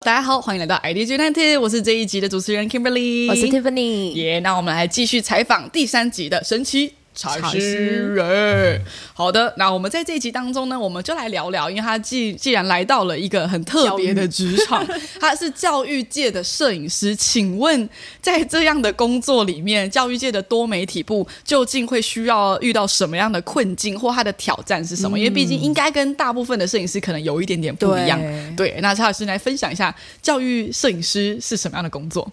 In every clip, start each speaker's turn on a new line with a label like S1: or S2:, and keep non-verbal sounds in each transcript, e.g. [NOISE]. S1: 大家好，欢迎来到 ID United，我是这一集的主持人 Kimberly，
S2: 哦我是 Tiffany。
S1: 耶那我们来继续采访第三集的神奇茶
S2: 茶
S1: 师
S2: 师
S1: 人。好的，那我们在这一集当中呢，我们就来聊聊，因为他既既然来到了一个很特别的职场，他是教育界的摄影师。请问，在这样的工作里面，教育界的多媒体部究竟会需要遇到什么样的困境，或他的挑战是什么？因为毕竟应该跟大部分的摄影师可能有一点点不一样。
S2: 对
S1: 对，那查老师来分享一下，教育摄影师是什么样的工作？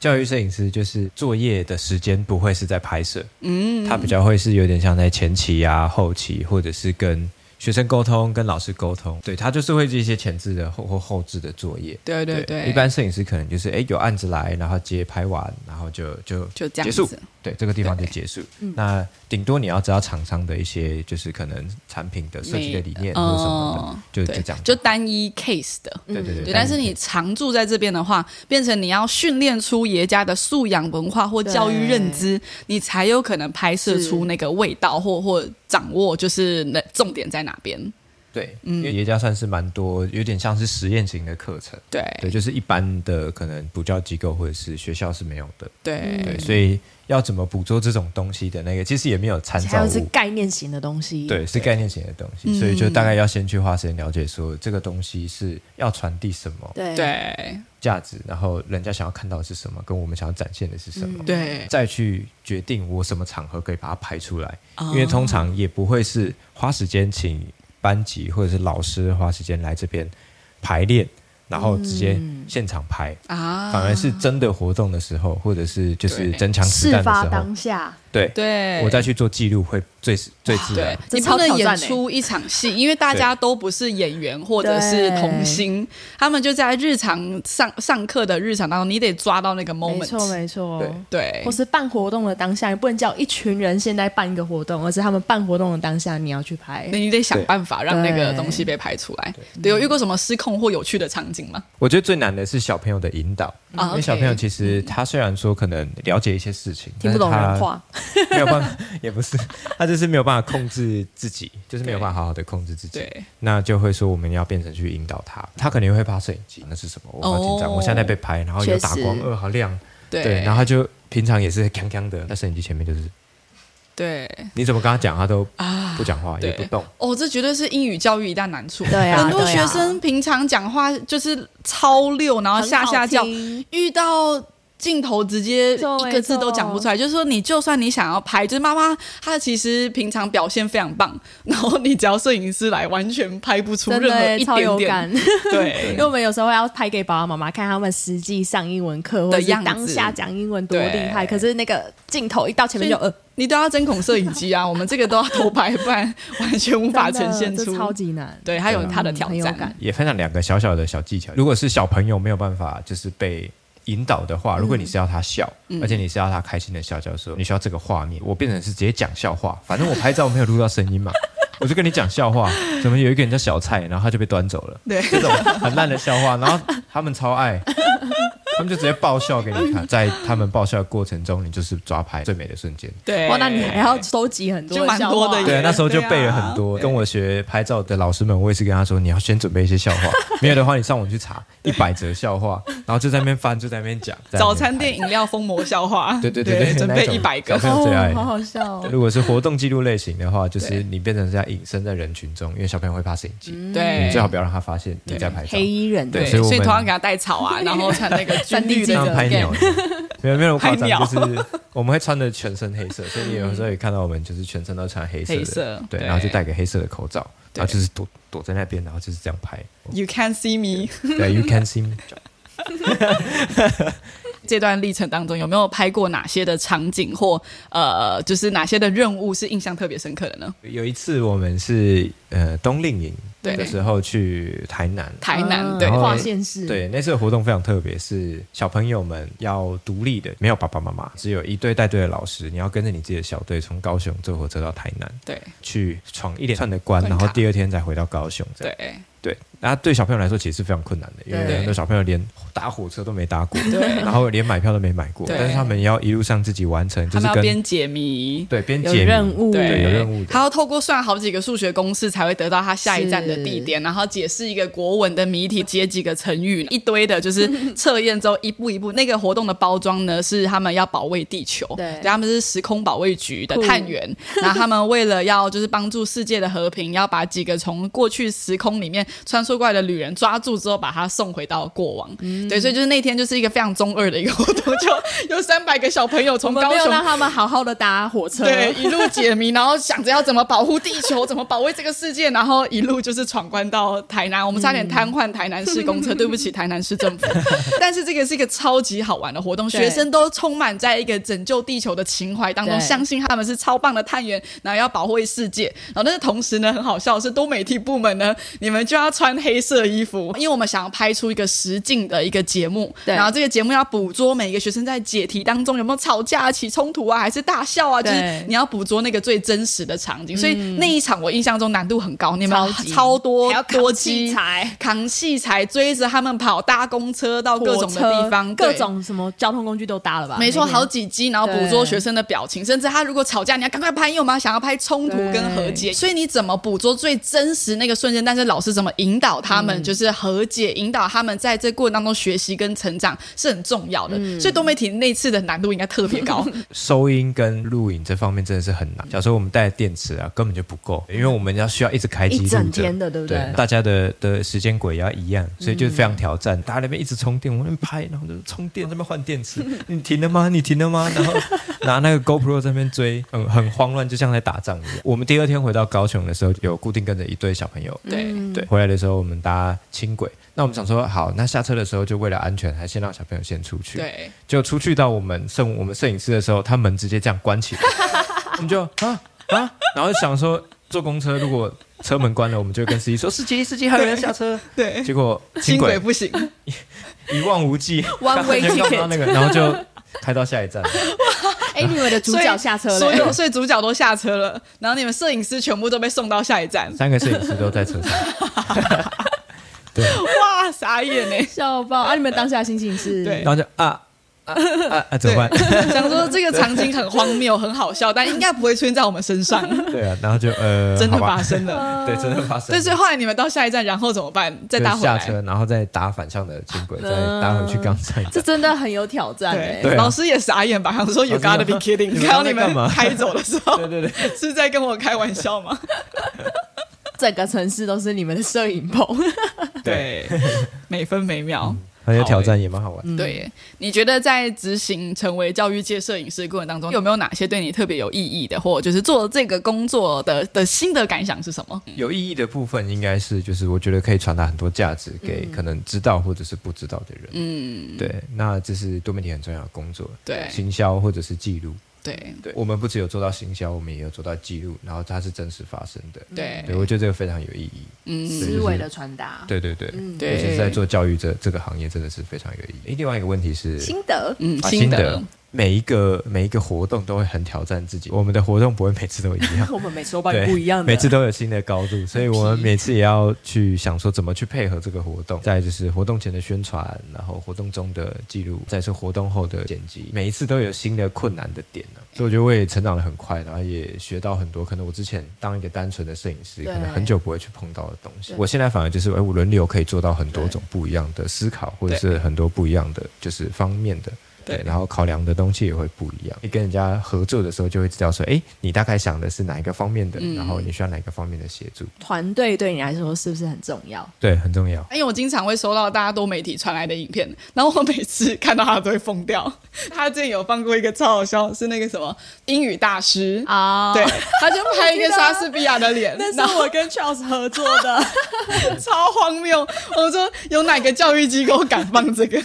S3: 教育摄影师就是作业的时间不会是在拍摄，嗯，他比较会是有点像在前期啊、后期，或者是跟学生沟通、跟老师沟通，对他就是会一些前置的或或后置的作业。
S1: 对对对，
S3: 一般摄影师可能就是哎有案子来，然后接拍完，然后就就
S1: 就这样
S3: 结束
S1: 子，嗯
S3: 对这个地方就结束。那顶多你要知道厂商的一些就是可能产品的设计的理念或者什么
S1: 嗯
S3: 的，就
S1: 对
S3: 就这样。
S1: 就单一 case 的。
S3: 对对对
S1: 对，但是你常住在这边的话，变成你要训练出爷家的素养文化或教育认知，你才有可能拍摄出那个味道或或掌握就是那重点在哪边。
S3: 对，
S1: 嗯
S3: 因为耶加算是蛮多，有点像是实验型的课程。
S1: 对
S3: 对，就是一般的可能补教机构或者是学校是没有的，
S1: 对
S3: 对，所以要怎么捕捉这种东西的那个，其实也没有参
S2: 还
S3: 照
S2: 有是
S3: 物，
S2: 概念型的东西，
S3: 对，是概念型的东西，所以就大概要先去花时间了解说这个东西是要传递什么
S2: 对
S1: 对
S3: 价值，然后人家想要看到的是什么，跟我们想要展现的是什么，
S1: 对
S3: 再去决定我什么场合可以把它拍出来，因为通常也不会是花时间请班级或者是老师花时间来这边排练，然后直接现场拍。
S2: 嗯
S1: 啊，
S3: 反而是真的活动的时候，或者是就是
S1: 对
S3: 真枪实
S2: 啊事
S3: 弹的
S2: 发
S3: 时候，
S2: 当下，
S3: 对，
S1: 对
S3: 我再去做记录会最最啊自
S1: 对
S3: 然。，
S2: 这
S1: 你
S2: 超
S1: 不能
S2: 挑
S1: 演
S2: 战欸
S1: 出一场
S3: [LAUGHS]
S1: 戏，因为大家都不是演员或者是童星，他们就在日常上上课的日常当中，你得抓到那个
S2: 没错
S1: moment。
S2: 没错。
S3: 对
S1: 对
S2: 或，是办活动的当下，你不能叫一群人现在办一个活动，而是他们办活动的当下你要去拍。
S1: 那你得想
S3: 对
S1: 办法让那个
S2: 对
S1: 东西被排出来。对，有遇过什么失控或有趣的场景吗？
S3: 我觉得最难的是小朋友的引导，
S1: 啊
S3: 因为小朋友其实他虽然说可能了解一些事情，
S2: 听不懂
S3: 但是他
S2: 人话，
S3: 没有办
S2: [LAUGHS]
S3: 法，也不是，他就是没有办法控制自己，就是没有办法好好的控制自己。
S1: 对
S3: 那就会说我们要变成去引导他，他可能会怕摄影机，那是什么？我好紧张，
S1: 哦
S3: 我现在被拍，然后有打光，
S2: 确实
S3: 呃，好亮，
S1: 对
S3: 对，然后他就平常也是锵锵的，在摄影机前面就是
S1: 对
S3: 你怎么跟他讲，他都不讲话，也不
S1: 对
S3: 动。
S1: 哦，这绝对是英语教育一大难处。
S2: 对啊
S1: 很多
S2: 对
S1: 学
S2: 啊
S1: 生平常讲话就是超溜，然后
S2: 很
S1: 下
S2: 好
S1: 下叫，
S2: 听
S1: 遇到镜头直接一个字都讲不出来，就是说你就算你想要拍，就是妈妈她其实平常表现非常棒，然后你只要摄影师来，完全拍不出
S2: 真
S1: 任何
S2: 的
S1: 一
S2: 超有
S1: 点
S2: 感
S1: 点。。 [LAUGHS] 对
S2: 因为我们有时候要拍给爸爸妈妈看，他们实际上英文课或
S1: 的
S2: 者
S1: 样
S2: 是
S1: 子
S2: 当下讲英文多厉害，
S1: 对
S2: 可是那个镜头一到前面就
S1: 所以
S2: 呃，
S1: 你都要针孔摄影机啊，我们这个都要偷拍，不然完全无法呈现
S2: 真的这
S1: 出。
S2: 超级难。
S1: 对，它有它的
S2: 嗯
S1: 挑
S2: 很有
S1: 战
S2: 感。
S3: 也分享两个小小的小技巧。如果是小朋友没有办法就是被引导的话，如果你是要他笑，而且你是要他开心的笑，叫说你需要这个画面，我变成是直接讲笑话，反正我拍照没有录到声音嘛。我就跟你讲笑话，怎么有一个人叫小蔡，然后他就被端走了， [LAUGHS]
S1: 对
S3: 这种很烂的笑话，然后他们超爱，他们就直接爆笑给你看，在他们爆笑的过程中，你就是抓拍最美的瞬间。
S1: 对，
S2: 哇，那你还要收集很多
S1: 就蛮
S2: 笑
S1: 多
S2: 话
S1: 的耶
S3: [LAUGHS] 对，那时候就背了很多。
S1: 对啊
S3: 跟我学拍照的老师们，我也是跟他说，你要先准备一些笑话，
S1: [LAUGHS]
S3: 没有的话你上网去查一百则笑话，然后就在那边翻，就在那边讲。在那边
S1: 早餐
S3: 拍
S1: 店饮料疯魔笑话，
S3: 对对对对
S1: 准备
S3: 那种
S1: 一百个
S3: 小。朋友最爱
S2: 哦，好好笑哦。
S3: 如果是活动记录类型的话，就是
S1: 对
S3: 你变成是要隐身在人群中，因为小朋友会怕摄影机，
S1: 对，
S3: 你最好不要让他发现你在拍照
S2: 黑。衣人
S1: 嗯
S3: 对
S1: 对，
S3: 所以我
S1: 所以
S3: 们
S1: 同样给他戴草
S2: [LAUGHS]
S1: 啊，然后穿那个军
S2: 三 D
S1: 绿的
S2: 记
S3: 这样
S2: 者
S1: [LAUGHS]
S3: 拍鸟的，没有没有那么夸
S1: 拍鸟
S3: 张，就是我们会穿的全身黑色，所以你有时候也看到我们就是全身都穿黑色
S1: 黑
S3: 的，
S1: 色
S3: 对，
S1: 对
S3: 然后就戴个黑色的口罩，然后
S1: 对
S3: 就是躲躲在那边，然后就是这样
S1: [LAUGHS]
S3: 拍。
S1: You can see me [LAUGHS]
S3: 对，You can see me。
S1: 这段历程当中，有没有拍过哪些的场景或呃，就是哪些的任务是印象特别深刻的呢？
S3: 有一次我们是呃冬令营，
S1: 对
S3: 的时候去台南，
S1: 台南
S2: 嗯
S1: 对
S3: 然后
S2: 跨县市，
S3: 对，那次的活动非常特别，是小朋友们要独立的，没有爸爸妈妈，只有一队带队的老师，你要跟着你自己的小队从高雄坐火车到台南，
S1: 对
S3: 去闯一连串的关，
S1: 关
S3: 然后
S1: 卡
S3: 第二天再回到高雄。这样
S1: 对
S3: 对，那对小朋友来说其实是非常困难的，因为
S2: 对
S3: 很多小朋友连搭火车都没搭过，
S1: 对，
S3: 然后连买票都没买过，
S1: 对
S3: 但是他们也要一路上自己完成，
S1: 他
S3: 就是
S1: 们要
S3: 跟
S1: 边解谜，
S3: 对边
S2: 有
S3: 解谜
S2: 任务
S1: 对
S3: 对有任务的
S1: 他要透过算好几个数学公式才会得到他下一站的地点，然后解释一个国文的谜题，解几个成语，一堆的就是测验之后一步一步。那个活动的包装呢是他们要保卫地球，
S2: 对
S1: 他们是时空保卫局的
S2: 酷
S1: 探员，然后他们为了要就是帮助世界的和平，要把几个从过去时空里面穿梭过来的旅人抓住之后，把他送回到过往。
S2: 嗯
S1: 对，所以就是那天就是一个非常中二的一个活动，就有三百个小朋友
S2: 我
S1: 从
S2: 们
S1: 高
S2: 没有
S1: 雄
S2: 让他们好好的搭火车，
S1: 对，一路解谜，然后想着要怎么保护地球，怎么保卫这个世界，然后一路就是闯关到台南，我们差点瘫痪台南市公
S2: [LAUGHS]
S1: 车，对不起台南市政府。 [LAUGHS] 但是这个是一个超级好玩的活动，
S2: 对
S1: 学生都充满在一个拯救地球的情怀当中，
S2: 对
S1: 相信他们是超棒的探员，然后要保卫世界。然后但是同时呢，很好笑的是多媒体部门呢，你们就要穿黑色衣服，因为我们想要拍出一个实境的一个节目，
S2: 对
S1: 然后这个节目要捕捉每一个学生在解题当中有没有吵架、起冲突啊，还是大笑啊，就
S2: 对嗯
S1: 是你要捕捉那个最真实的场景。所以那一场我印象中难度很高，你们
S2: 超级
S1: 超多
S2: 还要
S1: 多
S2: 扛
S1: 机
S2: 器。材。
S1: 扛器材追着他们跑，搭公车到各种的地方，
S2: 火车各
S1: 对
S2: 种什么交通工具都搭了吧？
S1: 没错，
S2: 那天
S1: 好几集，然后捕捉学生的表情，甚至他如果吵架，你要赶快拍，因为我们要想要拍冲突跟和解。所以你怎么捕捉最真实那个瞬间？但是老师怎么引导他
S2: 嗯
S1: 们，就是和解，引导他们在这过程当中学习跟成长是很重要的。
S2: 嗯
S1: 所以多媒体那次的难度应该特别
S2: [LAUGHS]
S1: 高。
S3: 收音跟录影这方面真的是很难。小时候我们带的电池啊，根本就不够，因为我们要需要一直开机
S2: 一整天的对不
S3: 对
S2: 对
S3: 大家的的时间轨也要一样，所以就非常挑战。
S2: 嗯
S3: 大家那边一直充电，我们那边拍，然后就充电，那边换电池。你停了吗？你停了吗？然后拿那个 GoPro 在那边追，嗯，很慌乱，就像在打仗一样。我们第二天回到高雄的时候，有固定跟着一对小朋友，
S1: 对
S2: 嗯
S3: 对，回来的时候我们搭轻轨。那我们想说，好，那下车的时候就为了安全，还先让小朋友先出去。
S1: 对，
S3: 就出去到我们摄我们摄影师的时候，他门直接这样
S1: [LAUGHS]
S3: 关起来，我们就啊啊，然后想说坐公车如果车门关了，我们就会跟司机说司机司机还有人下车，
S1: 对，
S3: 结果轻
S1: 轻轨
S3: 轨
S1: 不行，
S3: 一望无际
S2: One way
S3: 完全看不到那个，然后就开到下一站，
S2: anyway 哎的主角下车了，
S1: 所有所以主角都下车了，然后你们摄影师全部都被送到下一
S3: [LAUGHS]
S1: 站。
S3: 三个摄影师都在车上，
S1: [LAUGHS]
S3: 对，
S1: 哇，傻眼呢、
S2: 笑爆啊！你们当下的心情是？
S1: 对
S3: 然后就啊啊啊啊怎么办？
S1: 想说这个场景很荒谬，很好笑，但应该不会出现在我们身上，
S3: 对啊，然后就呃
S1: 真的
S3: 好吧
S1: 发生了。
S3: 对，真的发生
S1: 对，
S3: 了。
S1: 所以后来你们到下一站，然后怎么办？再
S3: 就
S1: 搭回
S3: 下
S1: 来。
S3: 车，然后再搭反向的轻轨，再
S2: 嗯
S3: 搭回去刚才。
S1: 嗯
S2: 这真的很有挑战
S1: 对，
S2: 哎
S3: 对。啊
S1: 老师也傻眼吧，想说 You
S3: 老师想
S1: gotta be
S3: 说
S1: kidding！
S3: [LAUGHS] 你们
S1: 看到
S3: 在
S1: 你们
S3: 干嘛
S1: 开走的时候，
S3: 对对对，
S1: [LAUGHS] 是在跟我开玩笑吗？
S2: 整个城市都是你们的摄影棚，
S1: 对，每分每秒。
S3: 很有挑战，
S1: 欸
S3: 也蛮好
S2: 嗯
S3: 玩。
S1: 对耶，你觉得在执行成为教育界摄影师的过程当中，有没有哪些对你特别有意义的，或者就是做这个工作的的新的感想是什么？
S3: 有意义的部分应该是，就是我觉得可以传达很多价值给可能知道或者是不知道的人。
S1: 嗯，
S3: 对，那这是多媒体很重要的工作，
S1: 对
S3: 行销或者是记录。
S1: 对
S3: 对，我们不只有做到行销，我们也有做到记录，然后它是真实发生的。
S1: 对
S3: 对，我觉得这个非常有意义。
S1: 嗯，
S2: 思维的传达，
S3: 对对对，
S1: 对
S3: 尤其是在做教育这这个行业，真的是非常有意义。诶哎另外一个问题是，
S2: 心得，
S1: 嗯，
S3: 啊
S1: 新的
S3: 得。每一个每一个活动都会很挑战自己，我们的活动不会每次都一样，
S2: 我们每次都帮
S3: 对，
S2: 你不一样的，
S3: 每次都有新的高度，所以我们每次也要去想说怎么去配合这个活动。再来就是活动前的宣传，然后活动中的记录，再是活动后的剪辑，每一次都有新的困难的点呢、啊所以我觉得我也成长的很快，然后也学到很多可能我之前当一个单纯的摄影师，
S2: 对
S3: 可能很久不会去碰到的东西
S2: 对。
S3: 我现在反而就是哎，我轮流可以做到很多种不一样的思考，或者是很多不一样的就是方面的。
S1: 对
S3: 对，然后考量的东西也会不一样。你跟人家合作的时候，就会知道说，哎，你大概想的是哪一个方面的，
S1: 嗯
S3: 然后你需要哪一个方面的协助，
S2: 团队对你来说是不是很重要？
S3: 对，很重要。
S1: 哎因为我经常会收到大家多媒体传来的影片， [LAUGHS] 然后我每次看到他都会疯掉。 [LAUGHS] 他之前有放过一个超好笑，是那个什么英语大师，
S2: 啊
S1: 对，他就拍一个莎士比亚的脸，然后
S2: 我跟 Charles 合作的，
S1: [LAUGHS] 超 [LAUGHS] 荒谬。我说有哪个教育机构敢放这个？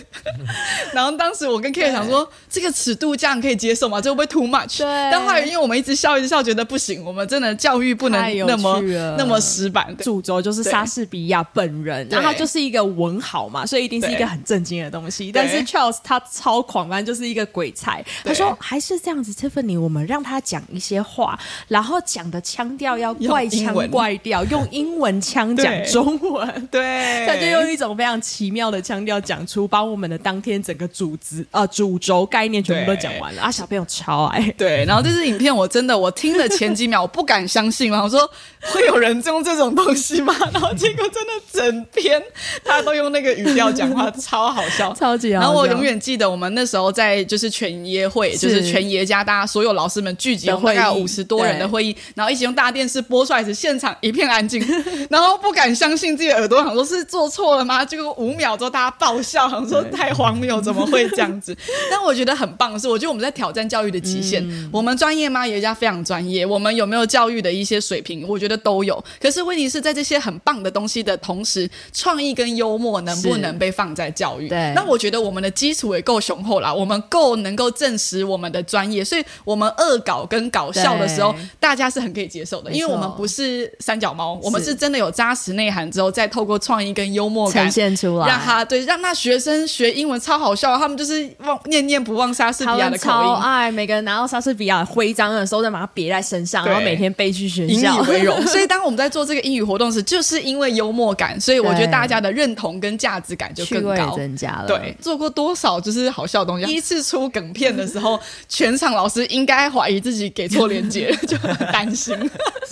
S1: 然后当时我跟 K 开始想说这个尺度这样可以接受吗？这会不会 too much？但后来因为我们一直笑一直笑，觉得不行，我们真的教育不能
S2: 太有
S1: 那么
S2: 趣了
S1: 那么死板。对
S2: 主轴就是莎士比亚本人，
S1: 对
S2: 然后他就是一个文豪嘛，所以一定是一
S1: 对
S2: 个很正经的东
S1: 对
S2: 西。但是 Charles 他超狂，反正就是一个鬼才。
S1: 对
S2: 他说还是这样子，Tiffany，我们让他讲一些话，然后讲的腔调要
S1: 用
S2: 怪
S1: 英
S2: 腔
S1: 文
S2: 怪调，用英文腔讲
S1: 对
S2: 中 [LAUGHS] 文。
S1: 对，
S2: 他就用一种非常奇妙的腔调讲出，把我们的当天整个主旨呃主轴概念全部都讲完了啊！小朋友超爱，
S1: 对，然后这支影片我真的我听了前几秒，我不敢相信嘛，我说会有人用这种东西吗？然后结果真的整篇他都用那个语调讲话，超好笑。
S2: [LAUGHS] 超级好笑
S1: 然后我永远记得我们那时候在就是全爷会，就是全爷家，大家所有老师们聚集，
S2: 的
S1: 我们大概
S2: 会议
S1: 五十多人的会议，然后一起用大电视播出来时，现场一片安静， [LAUGHS] 然后不敢相信自己的耳朵，想说是做错了吗？结果五秒之后大家爆笑，想说太荒谬，怎么会这
S2: [LAUGHS]
S1: 样子？但我觉得很棒的是，我觉得我们在挑战教育的极限。
S2: 嗯
S1: 我们专业吗？有一家非常专业。我们有没有教育的一些水平？我觉得都有。可是问题是在这些很棒的东西的同时，创意跟幽默能不
S2: 是
S1: 能被放在教育？
S2: 对
S1: 那我觉得我们的基础也够雄厚啦，我们够能够证实我们的专业，所以我们恶搞跟搞笑的时候
S2: 对，
S1: 大家是很可以接受的，
S2: 没错
S1: 因为我们不是三脚猫，我们
S2: 是
S1: 是真的有扎实内涵之后，再透过创意跟幽默感
S2: 呈现出来，
S1: 让他对让那学生学英文超好笑，他们就是忘念念不忘莎士比
S2: 他
S1: 亚
S2: 们
S1: 的
S2: 超
S1: 口
S2: 爱，每个人拿到莎士比亚徽章的时候，再把它别在身上，
S1: 对
S2: 然后每天背去学
S1: 音，引
S2: 校
S1: 以。为
S2: [LAUGHS]
S1: 荣。所以当我们在做这个英语活动时，就是因为幽默感，所以我觉得大家的认同跟价值感就
S2: 趣
S1: 更
S2: 味
S1: 高。
S2: 增加了，
S1: 对，，做过多少就是好笑的东西。第一次出梗片的时候，全场老师应该怀疑自己给错连接，就很担心。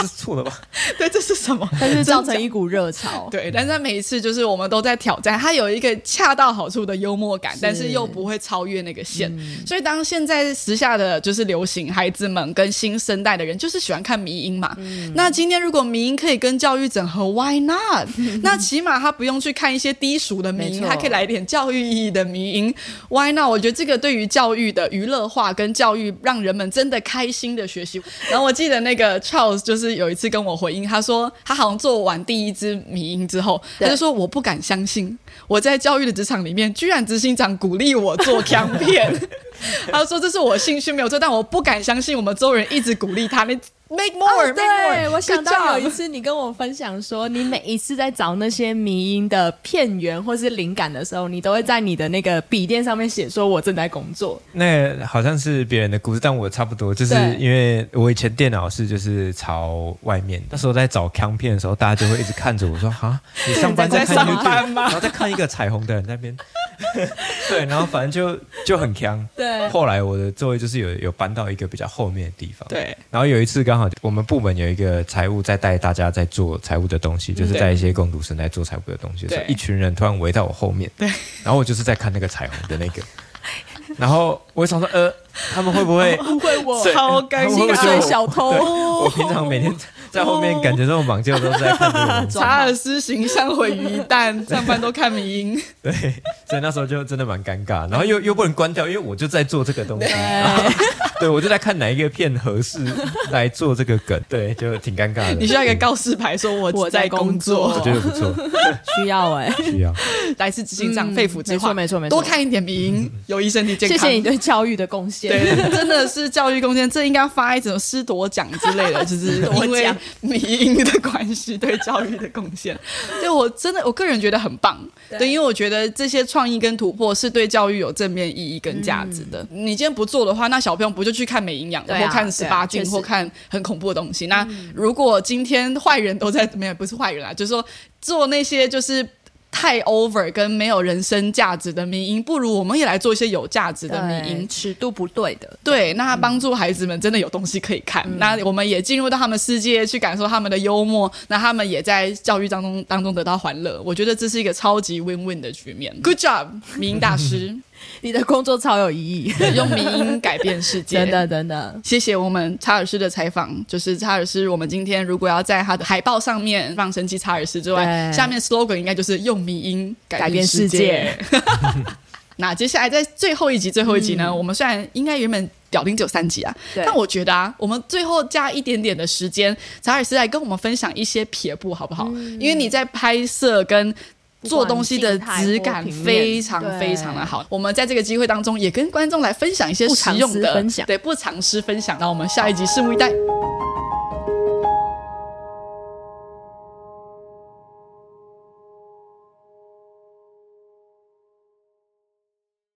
S3: 是错了吧？
S1: 对，这是什么？
S2: 但是造成一股热潮。
S1: 对，但是他每一次就是我们都在挑战，他有一个恰到好处的幽默感，
S2: 是嗯
S1: 但是又不会超越那个线。所以当现在时下的就是流行，孩子们跟新生代的人就是喜欢看迷音嘛。
S2: 嗯
S1: 那今天如果迷音可以跟教育整合，Why
S2: [LAUGHS]
S1: not？那起码他不用去看一些低俗的迷
S2: 没
S1: 音，
S2: 错
S1: 他可以来一点教育意义的迷音，Why not？我觉得这个对于教育的娱乐化跟教育，让人们真的开心的学习。然后我记得那个 Charles 就是有一次跟我回应，他说他好像做完第一支迷音之后，
S2: 对
S1: 他就说我不敢相信我在教育的职场里面，居然执行长鼓励我做强
S2: [LAUGHS]
S1: 片。他说这是我兴趣没有错，但我不敢相信我们周围人一直鼓
S2: [LAUGHS]
S1: 励他。你 make
S2: 哦
S1: more，make、
S2: [LAUGHS] 对，
S1: more。
S2: 我想到有一次你跟我分享说，你每一次在找那些迷音的片源或是灵感的时候，你都会在你的那个笔电上面写说“我正在工作
S3: 那好像是别人的故事，但我差不多，就是
S2: 对
S3: 因为我以前电脑是就是朝外面，那时候在找康片的时候，大家就会一直看着我说：“哈， [LAUGHS] 你上班
S1: 在
S3: 在看
S1: 上
S3: YouTube，
S1: 班吗
S3: 然后再看一个彩虹的人在那边。” [LAUGHS] 对，然后反正就就很康。
S2: 对
S3: 后来我的座位就是有有搬到一个比较后面的地方。
S1: 对，
S3: 然后有一次刚好我们部门有一个财务在带大家在做财务的东西，就是带一些工读生在做财务的东西的时候，
S1: 对
S3: 一群人突然围到我后面，对，然后我就是在看那个彩虹的那个，然后我想说，呃，他们会
S1: [LAUGHS]
S3: 不会？”，
S1: 哦
S2: 误会我
S3: 对
S1: 超尴
S3: 他们会
S2: 薪
S3: 不会
S2: 水
S3: 说我
S2: 小 [LAUGHS] 偷
S3: 对，我平常每天
S1: 哦
S3: 在后面感觉这么忙，结果都是在看这个东西。
S1: 查尔斯形象毁于一旦，上班都看迷音。
S3: [LAUGHS] 对，所以那时候就真的蛮尴尬，然后又又不能关掉，因为我就在做这个东西，
S2: 哎
S3: 对我就在看哪一个片合适来做这个梗，对，就挺尴尬的。
S1: 你需要一个告示牌，说我
S2: 我在
S1: 在工
S2: 工
S1: 作
S2: 作，
S3: 我觉得不错，
S2: 需要 [LAUGHS] 哎、
S3: 需要。
S1: 来自执行长
S2: 嗯
S1: 肺腑之话，
S2: 没错没错没错
S1: 多看一点鼻音，有益身体健
S2: 谢
S1: 康。
S2: 谢你对教育的贡献。
S1: 对， [LAUGHS] 真的是教育贡献，这应该发一种师铎奖之类
S2: [LAUGHS]
S1: 的，就是因为迷音的关系对教育的贡
S2: [LAUGHS]
S1: 献。对我真的，我个人觉得很棒，
S2: 对
S1: 对，因为我觉得这些创意跟突破是对教育有正面意义跟价值的。你今天不做的话，那小朋友不就去看美营养的，
S2: 嗯对啊
S1: 或看十
S2: 对
S1: 八
S2: 啊
S1: 禁
S2: 确，实嗯
S1: 或看很恐怖的东西？那如果今天坏人都在，没有不是坏人啦，就是说做那些就是。太 over 跟没有人生价值的迷音，不如我们也来做一些有价值的迷音
S2: 对，尺度不对的，
S1: 对，那帮助孩子们真的有东西可以看。那我们也进入到他们世界去感受他们的幽默，那他们也在教育当中当中得到欢乐。我觉得这是一个超级 win win 的局面。Good job，民音大 [LAUGHS] 师
S2: 你的工作超有意义，
S1: 用民音改变世界，
S2: 真。的真的。
S1: 谢谢我们查尔斯的采访，就是查尔斯，我们今天如果要在他的海报上面放神奇查尔斯之外，
S2: 对
S1: 下面 slogan 应该就是用迷音改
S2: 改变
S1: 世
S2: 世界。
S1: [LAUGHS] 那接下来在最后一集，最后一集呢，我们虽然应该原本表定只有三集啊，
S2: 对
S1: 但我觉得啊，我们最后加一点点的时
S2: 嗯
S1: 间，查尔斯来跟我们分享一些撇步，好不好？因为你在拍摄跟。做东西的质感非常
S2: 不管
S1: 非
S2: 静态或平
S1: 常
S2: 面
S1: 的好。我们在这个机会当中也跟观众来分享一些实用
S2: 不藏私
S1: 的
S2: 分享
S1: 对不藏私分享。那我们下一集拭目以待。